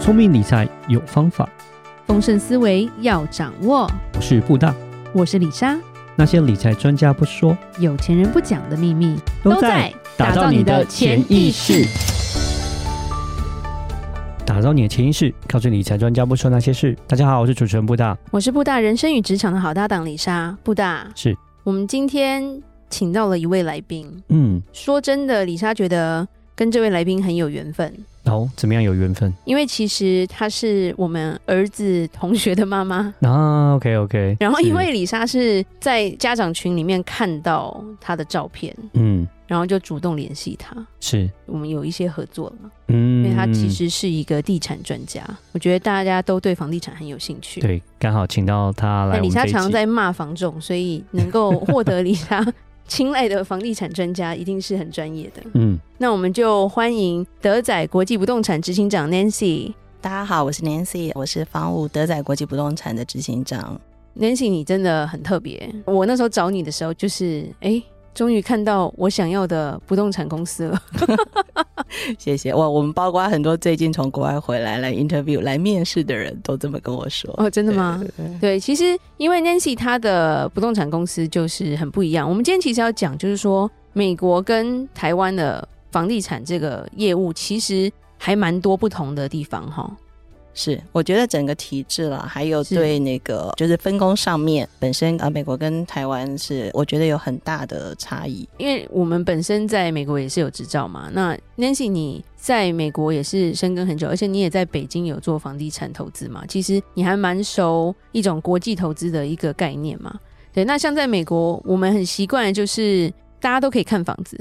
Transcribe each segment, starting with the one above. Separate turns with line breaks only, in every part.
聪明理财有方法，
丰盛思维要掌握。
我是布大。
我是李莎，
那些理财专家不说，
有钱人不讲的秘密
打造你的潜意识。，打造你的潜意识，告诉理财专家不说那些事。大家好，我是主持人布大。
我是布大人生与职场的好搭档李莎。布大
是，
我们今天请到了一位来宾。
嗯，
说真的，李莎觉得跟这位来宾很有缘分，
然、后怎么样有缘分？
因为其实她是我们儿子同学的妈妈。
啊，OK OK。
然后，因为李莎是在家长群里面看到她的照片，
嗯
然后就主动联系她。
是
我们有一些合作了嘛，因
嗯，
为他其实是一个地产专家，我觉得大家都对房地产很有兴趣。
对，刚好请到他来
那
我们这一
李
集。
莎常在骂房仲，所以 能够获得李莎青睐的房地产专家，一定是很专业的。
嗯，
那我们就欢迎德仔国际不动产执行长 Nancy。
大家好，我是 Nancy，我是房屋德仔国际不动产的执行长。
Nancy，你真的很特别。我那时候找你的时候，就是哎。诶终于看到我想要的不动产公司了，
谢谢我，我们包括很多最近从国外回来来 interview 来面试的人都这么跟我说。
哦，真的吗？
对？对对
对，其实因为 Nancy 她的不动产公司就是很不一样。我们今天其实要讲，就是说美国跟台湾的房地产这个业务，其实还蛮多不同的地方哈。
是，我觉得整个体制啦，还有
是
对那个就是分工上面本身啊、呃美国跟台湾是我觉得有很大的差异。
因为我们本身在美国也是有执照嘛。那 Nancy，你在美国也是深耕很久，而且你也在北京有做房地产投资嘛。其实你还蛮熟一种国际投资的一个概念嘛。对，那像在美国，我们很习惯的就是大家都可以看房子，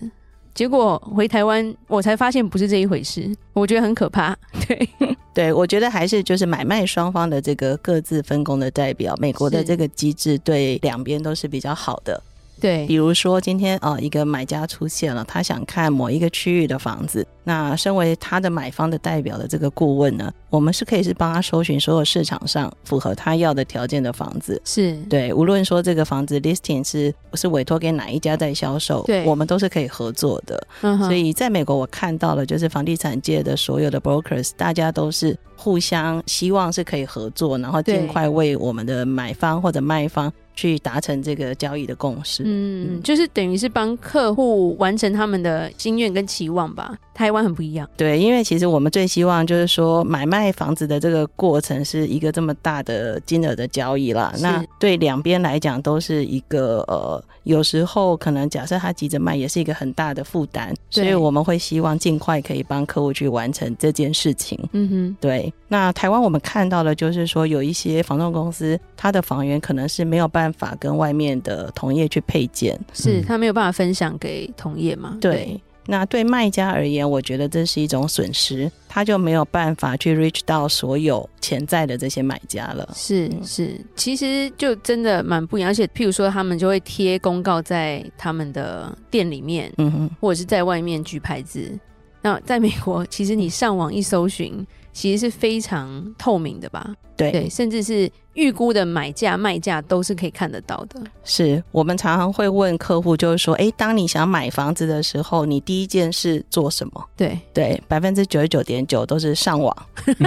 结果回台湾我才发现不是这一回事，我觉得很可怕。对，
对，我觉得还是就是买卖双方的这个各自分工的代表，美国的
是
这个机制对两边都是比较好的。比
对，
如说，今天呃，一个买家出现了，他想看某一个区域的房子，那身为他的买方的代表的这个顾问呢，我们是可以是帮他搜寻所有市场上符合他要的条件的房子。
是，
对，无论说这个房子 listing 是是委托给哪一家在销售，
对
我们都是可以合作的。
嗯哼
所以在美国，我看到了就是房地产界的所有的 brokers，大家都是互相希望是可以合作，然后
对
尽快为我们的买方或者卖方去达成这个交易的共识。
嗯，
嗯
就是等于是帮客户完成他们的心愿跟期望吧。台湾很不一样，
对，因为其实我们最希望就是说，买卖房子的这个过程是一个这么大的金额的交易啦。
是
那对两边来讲都是一个呃，有时候可能假设他急着卖，也是一个很大的负担，所以
对
我们会希望尽快可以帮客户去完成这件事情。
嗯哼。
对，那台湾我们看到的就是说，有一些房仲公司，它的房源可能是没有办法跟外面的同业去配件，
是
嗯
他没有办法分享给同业嘛？
对，，那对卖家而言，我觉得这是一种损失，他就没有办法去 reach 到所有潜在的这些买家了。
是
嗯
是，其实就真的蛮不一样。而且，譬如说，他们就会贴公告在他们的店里面，
嗯哼，
或者是在外面举牌子。那在美国，其实你上网一搜寻， 其实是非常透明的吧？
对，
对，甚至是预估的买价、卖价都是可以看得到的。
是我们常常会问客户，就是说，诶，当你想买房子的时候，你第一件事做什么？
对，
对，百分之九十九点九都是上网。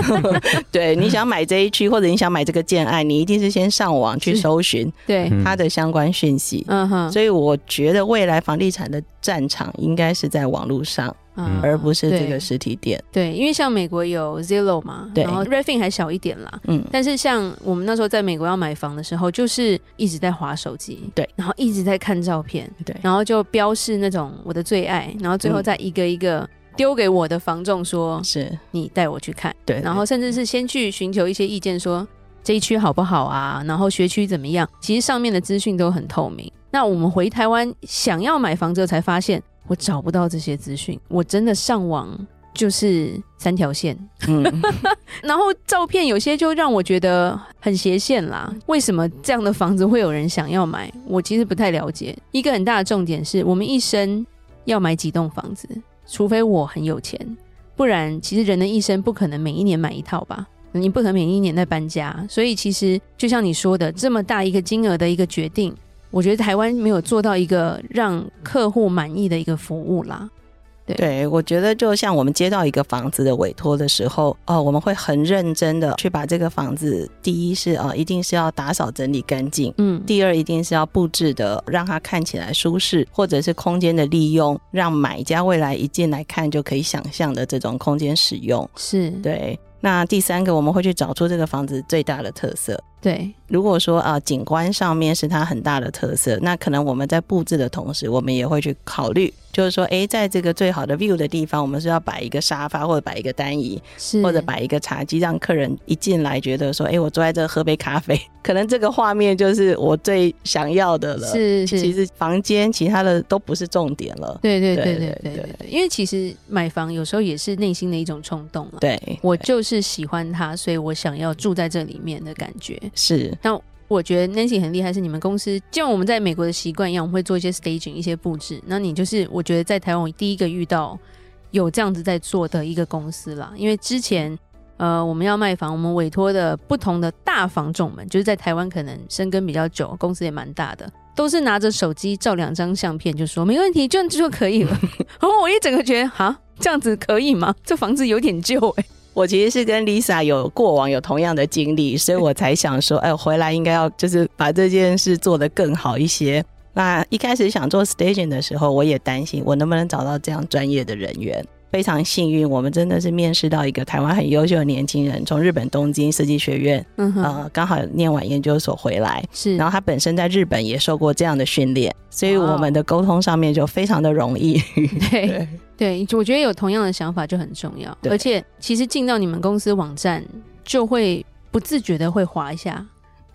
对，你想买这一区或者你想买这个建案，你一定是先上网去
是
搜寻
对，
嗯
它的相关讯息。
嗯哼，
所以我觉得未来房地产的战场应该是在网络上，
嗯
而不是这
对
个实体店。
对，因为像美国有 Zillow 嘛，
对
然后 Redfin 还小一点啦，
嗯，
但是像我们那时候在美国要买房的时候，就是一直在划手机，
对，
然后一直在看照片，
对
然后就标示那种我的最爱，然后最后
嗯
再一个一个丢给我的房仲说、
是
你带我去看，
对，
然后甚至是先去寻求一些意见说这一区好不好啊，然后学区怎么样，其实上面的资讯都很透明。那我们回台湾想要买房之后才发现，我找不到这些资讯，我真的上网就是三条线，
嗯，
然后照片有些就让我觉得很斜线啦。
嗯
为什么这样的房子会有人想要买？我其实不太了解。一个很大的重点是我们一生要买几栋房子，除非我很有钱，不然其实人的一生不可能每一年买一套吧。你不可能每一年在搬家，所以其实就像你说的，这么大一个金额的一个决定，我觉得台湾没有做到一个让客户满意的一个服务啦。对
对，我觉得就像我们接到一个房子的委托的时候，哦，我们会很认真的去把这个房子，第一是啊、呃一定是要打扫整理干净。
嗯，
第二，一定是要布置的，让它看起来舒适，或者是空间的利用，让买家未来一进来看就可以想象的这种空间使用。
是
对，那第三个，我们会去找出这个房子最大的特色。
对
如果说啊、呃景观上面是它很大的特色，那可能我们在布置的同时，我们也会去考虑，就是说，诶，在这个最好的 view 的地方，我们是要摆一个沙发，或者摆一个单椅，
是，
或者摆一个茶几，让客人一进来觉得说，诶，我坐在这喝杯咖啡， 可能这个画面就是我最想要的了。，
是是
其实房间其他的都不是重点了。
对对对
对
对
对
对对对，因为其实买房有时候也是内心的一种冲动了。
对，
我
对
就是喜欢它，所以我想要住在这里面的感觉。
是
我觉得 Nancy 很厉害，是你们公司就像我们在美国的习惯一样，我们会做一些 staging 一些布置。那你就是我觉得在台湾我第一个遇到有这样子在做的一个公司啦，因为之前。呃，我们要卖房，我们委托的不同的大房仲们，就是在台湾可能生根比较久，公司也蛮大的，都是拿着手机照两张相片，就说没问题，这样就可以了。然后我一整个觉得，哈，这样子可以吗？这房子有点旧哎、
我其实是跟 Lisa 有过往有同样的经历，所以我才想说， 哎，回来应该要就是把这件事做得更好一些。那一开始想做 staging 的时候，我也担心我能不能找到这样专业的人员。非常幸运，我们真的是面试到一个台湾很优秀的年轻人，从日本东京设计学院，
嗯哼，
呃，刚好念完研究所回来，
是，
然后他本身在日本也受过这样的训练，所以我们的沟通上面就非常的容易。
对。对，我觉得有同样的想法就很重要。
对
而且，其实进到你们公司网站，就会不自觉的会滑一下。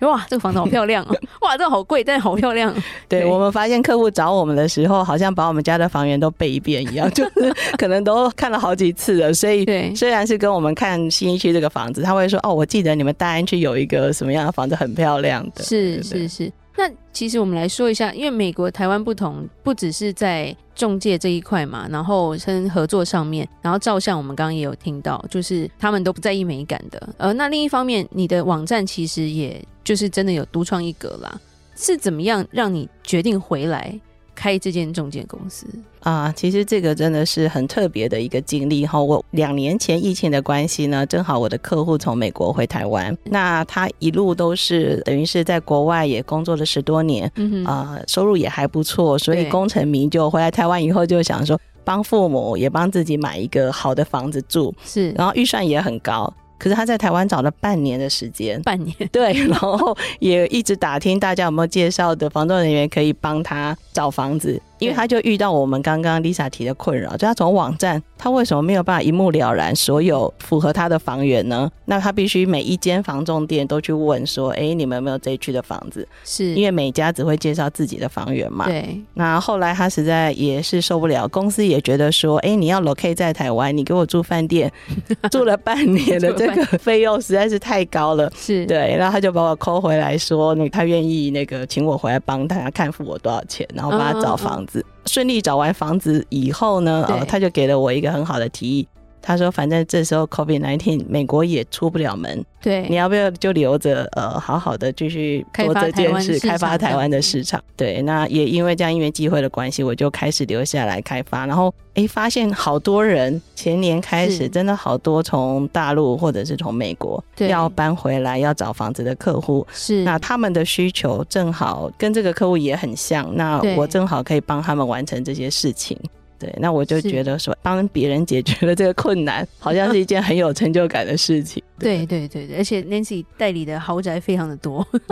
哇，这个房子好漂亮哦！哇，这个好贵，但好漂亮、哦。
对
对
我们发现客户找我们的时候，好像把我们家的房源都背一遍 一样，就是可能都看了好几次了。所以
对
虽然是跟我们看新一区这个房子，他会说哦，我记得你们大安区有一个什么样的房子很漂亮的，
是
对
是是。那其实我们来说一下，因为美国、台湾不同，不只是在中介这一块嘛，然后跟合作上面，然后照相我们刚刚也有听到，就是他们都不在意美感的。呃，那另一方面，你的网站其实也就是真的有独创一格啦，是怎么样让你决定回来开这间中介公司？
啊，其实这个真的是很特别的一个经历哈。我两年前疫情的关系呢，正好我的客户从美国回台湾，那他一路都是等于是在国外也工作了十多年，
嗯哼，
啊、收入也还不错，所以
对
功成名就，回来台湾以后就想说，帮父母也帮自己买一个好的房子住，
是，
然后预算也很高。可是他在台湾找了半年的时间
半年，
对，然后也一直打听大家有没有介绍的房仲人员可以帮他找房子，因
对
为他就遇到我们刚刚 Lisa 提的困扰，就他从网站，他为什么没有办法一目了然所有符合他的房源呢？那他必须每一间房仲店都去问说，哎，你们有没有这一区的房子？
是
因为每家只会介绍自己的房源嘛。
对
那后来他实在也是受不了，公司也觉得说，哎，你要 locate 在台湾，你给我住饭店， 住了半 年的这个费用实在是太高了。
是，
对，然后他就把我扣回来说，那他愿意那个请我回来帮他看付我多少钱，然后帮他找房子。顺利找完房子以后呢，
对
呃，他就给了我一个很好的提议。他说：“反正这时候 COVID 1 9美国也出不了门，你
对
要不要就留着呃，好好的继续做这件事，
开
开
发台湾市场嗯
发台湾的市场？对，那也因为这样因为机会的关系，我就开始留下来开发。然后诶，发现好多人前年开
是
始，真的好多从大陆或者是从美国
对
要搬回来要找房子的客户。
是，
那他们的需求正好跟这个客户也很像，那
对
我正好可以帮他们完成这些事情。对，那我就是觉得说，帮别人解决了这个困难，好像是一件很有成就感的事情。
对对对对，而且 Nancy 代理的豪宅非常的多。
嗯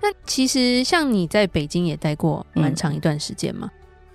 那其实像你在北京也待过
嗯
蛮长一段时间嘛，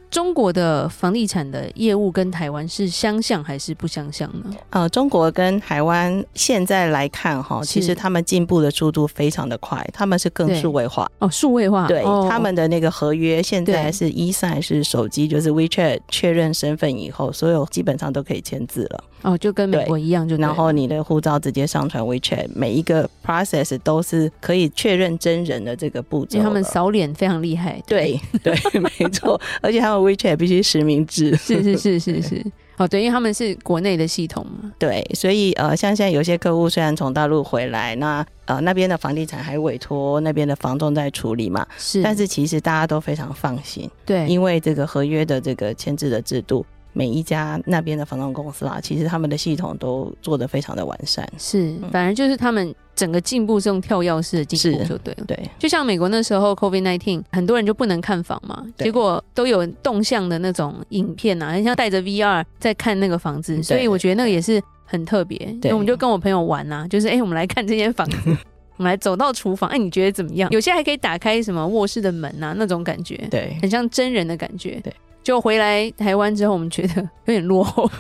中国的房地产的业务跟台湾是相像还是不相像呢？
呃，中国跟台湾现在来看哈，其
是
实他们进步的速度非常的快，他们是更
对
数位化。
哦，数位化，
对、
哦、
他们的那个合约，现在
对
是 e s i 是手机，就是 WeChat 确认身份以后，所有基本上都可以签字了。
哦就跟美
对
国一样就对了，
然后你的护照直接上传 WeChat，每一个 process 都是可以确认真人的这个步骤
因为
了。
他们扫脸非常厉害，
对对，没 错，而且他们 WeChat 必须实名制。
是是是 是是，哦对，因为他们是国内的系统嘛，
对，所以呃，像现在有些客户虽然从大陆回来，那呃那边的房地产还委托那边的房仲在处理嘛，
是，
但是其实大家都非常放心，
对，
因为这个合约的这个签字的制度。每一家那边的房仲公司啦，其实他们的系统都做得非常的完善。
是，反正就是他们整个进步是用跳跃式的进步
嗯是
就对了。
对，
就像美国那时候 COVID nineteen，很多人就不能看房嘛，
对
结果都有动向的那种影片啊，很像带着 VR 在看那个房子，
嗯对
所以我觉得那个也是很特别。所以我们就跟我朋友玩啊，就是哎、诶我们来看这间房子。 我们来走到厨房，哎、你觉得怎么样？有些还可以打开什么卧室的门啊，那种感觉，
对，
很像真人的感觉。
对，
就回来台湾之后，我们觉得有点落 后。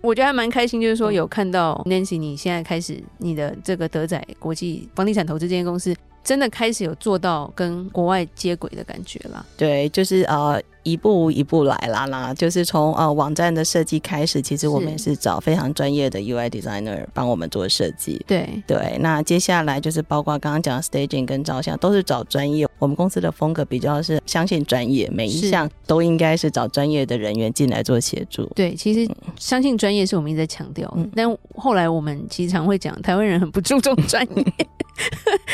我觉得还蛮开心，就是
嗯
说有看到 Nancy，你现在开始你的这个德仔国际房地产投资这间公司，真的开始有做到跟国外接轨的感觉啦。
对，就是呃一步一步来啦啦，就是从呃网站的设计开始，其实我们也
是
是找非常专业的 UI designer 帮我们做设计。
对，
对，那接下来就是包括刚刚讲的 staging 跟照相，都是找专业。我们公司的风格比较是相信专业，每
是
一项都应该是找专业的人员进来做协助。
对，其实相信专业是我们一直在强调的，
嗯
但后来我们其实常会讲，台湾人很不注重专业，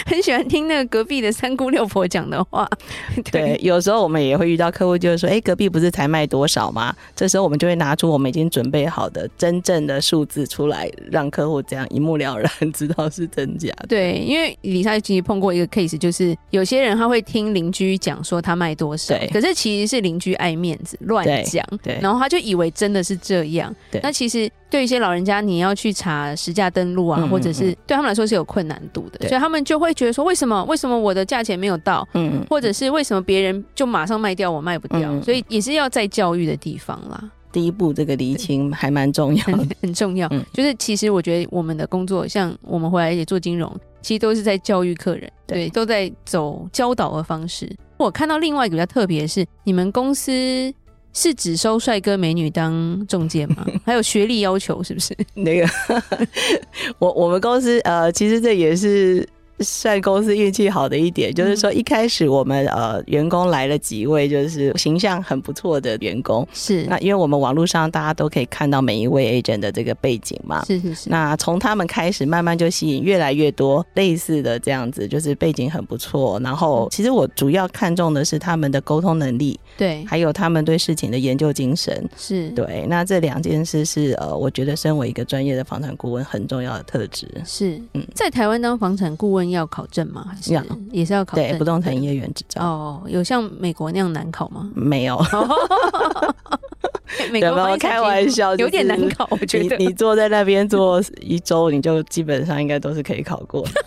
很喜欢听那个隔壁的三姑六婆讲的话。
对，有时候我们也会遇到客户，就是说，哎，隔壁不是才卖多少吗？这时候我们就会拿出我们已经准备好的真正的数字出来，让客户这样一目了然，知道是真假的。
对，因为李莎其实碰过一个 case，就是有些人他会听邻居讲说他卖多少
对，
可是其实是邻居爱面子乱
对
讲，
对
然后他就以为真的是这样
对。
那其实对一些老人家，你要去查实价登录啊，
嗯
或者是
嗯
对他们来说是有困难度的，
对
所以他们就会觉得说，为什么为什么我的价钱没有到？
嗯，
或者是为什么别人就马上卖掉，我卖不掉，
嗯嗯嗯
所以也是要在教育的地方啦。
第一步这个厘清还蛮重要 的
很。很重要。
嗯
就是其实我觉得我们的工作，像我们回来也做金融，其实都是在教育客人，
对
对，都在走教导的方式。我看到另外一个比较特别的是，你们公司。是只收帅哥美女当中介 吗？还有学历要求是不是？
那个，我我们公司呃，其实这也是算公司运气好的一点，就是
嗯
说一开始我们呃员工来了几位，就是形象很不错的员工。
是
那因为我们网络上大家都可以看到每一位 agent 的这个背景嘛，
是是是，
那从他们开始，慢慢就吸引越来越多类似的这样子，就是背景很不错。然
嗯
后，其实我主要看重的是他们的沟通能力，
对，
还有他们对事情的研究精神。
是，
对，那这两件事是呃，我觉得身为一个专业的房产顾问很重要的特质。
是
嗯。
在台湾当房产顾问要考证吗？还是
要
也是要考证？
对，不动产业员执照、
哦，有像美国那样难考吗？
没有，
哦 美
对
国
没有
房地产其
开
实
玩笑
有点
就是
难搞，我 觉
你
得。
你坐在那边做一周，你就基本上应该都是可以考过 的。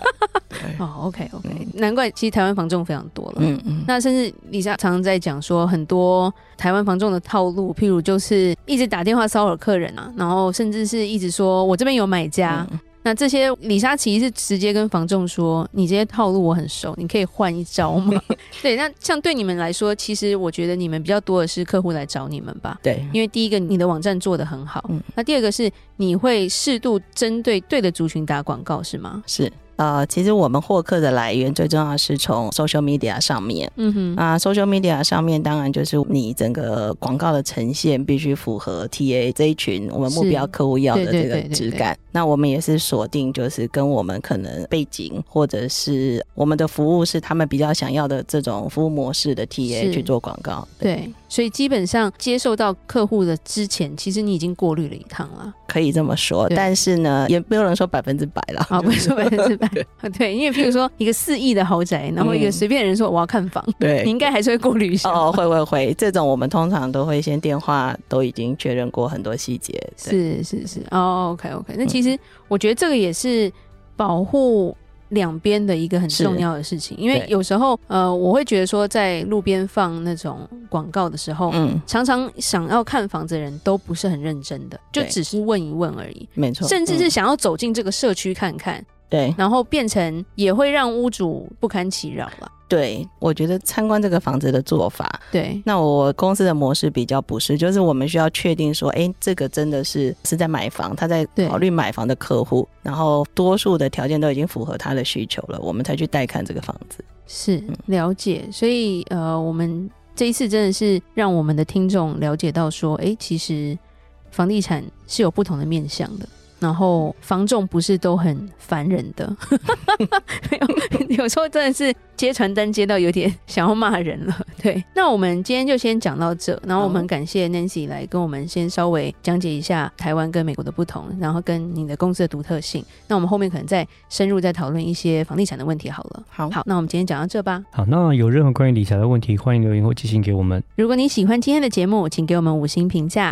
哦，OK OK，、难怪其实台湾房仲非常多了。
嗯嗯，
那甚至李莎常常在讲说，很多台湾房仲的套路，譬如就是一直打电话骚扰客人啊，然后甚至是一直说我这边有买家。
嗯
那这些李莎其实是直接跟房仲说，你这些套路我很熟，你可以换一招吗？ 对，那像对你们来说，其实我觉得你们比较多的是客户来找你们吧。
对，
因为第一个你的网站做得很好，
嗯
那第二个是你会适度针对对的族群打广告是吗？
是呃，其实我们获客的来源最重要是从 social media 上面。
嗯哼，
那 social media 上面当然就是你整个广告的呈现必须符合 TA 这一群我们目
是
标客户要的
对对
这个
对对
质
对
感。那我们也是锁定就是跟我们可能背景或者是我们的服务是他们比较想要的这种服务模式的 TA
是
去做广告。
对，所以基本上接受到客户的之前，其实你已经过滤了一趟 了，
可以这么说，
对
但是呢，也不能说百分之百了。
啊，不是说百分之百， 对，因为譬如说一个四亿的豪宅，然后一个
嗯
随便人说我要看房，
对
你应该还是会过滤一下，
哦，会会会，这种我们通常都会先电话都已经确认过很多细节。对嗯
是是是，哦，OK OK，那其实我觉得这个也是保护两边的一个很
是
重要的事情，因为
对
有时候呃，我会觉得说在路边放那种广告的时候，
嗯，
常常想要看房子的人都不是很认真的，就
对
只是问一问而已。
没错，
甚至是
嗯
想要走进这个社区看看，
对
然后变成也会让屋主不堪其扰了。
对，我觉得参观这个房子的做法，
对，
那我公司的模式比较不是，就是我们需要确定说，哎，这个真的是是在买房，他在
对
考虑买房的客户，然后多数的条件都已经符合他的需求了，我们才去带看这个房子。
是
嗯
了解。所以呃，我们这一次真的是让我们的听众了解到说，诶，其实房地产是有不同的面向的。然后房仲不是都很烦人的，有有时候真的是接传单接到有点想要骂人了。 对，那我们今天就先讲到这，然后我们很感谢 Nancy 来跟我们先稍微讲解一下台湾跟美国的不同，然后跟你的公司的独特性。那我们后面可能再深入再讨论一些房地产的问题好了。
好，
好，那我们今天讲到这吧。
好，那有任何关于理财的问题，欢迎留言或寄信给我们。
如果你喜欢今天的节目，请给我们五星评价。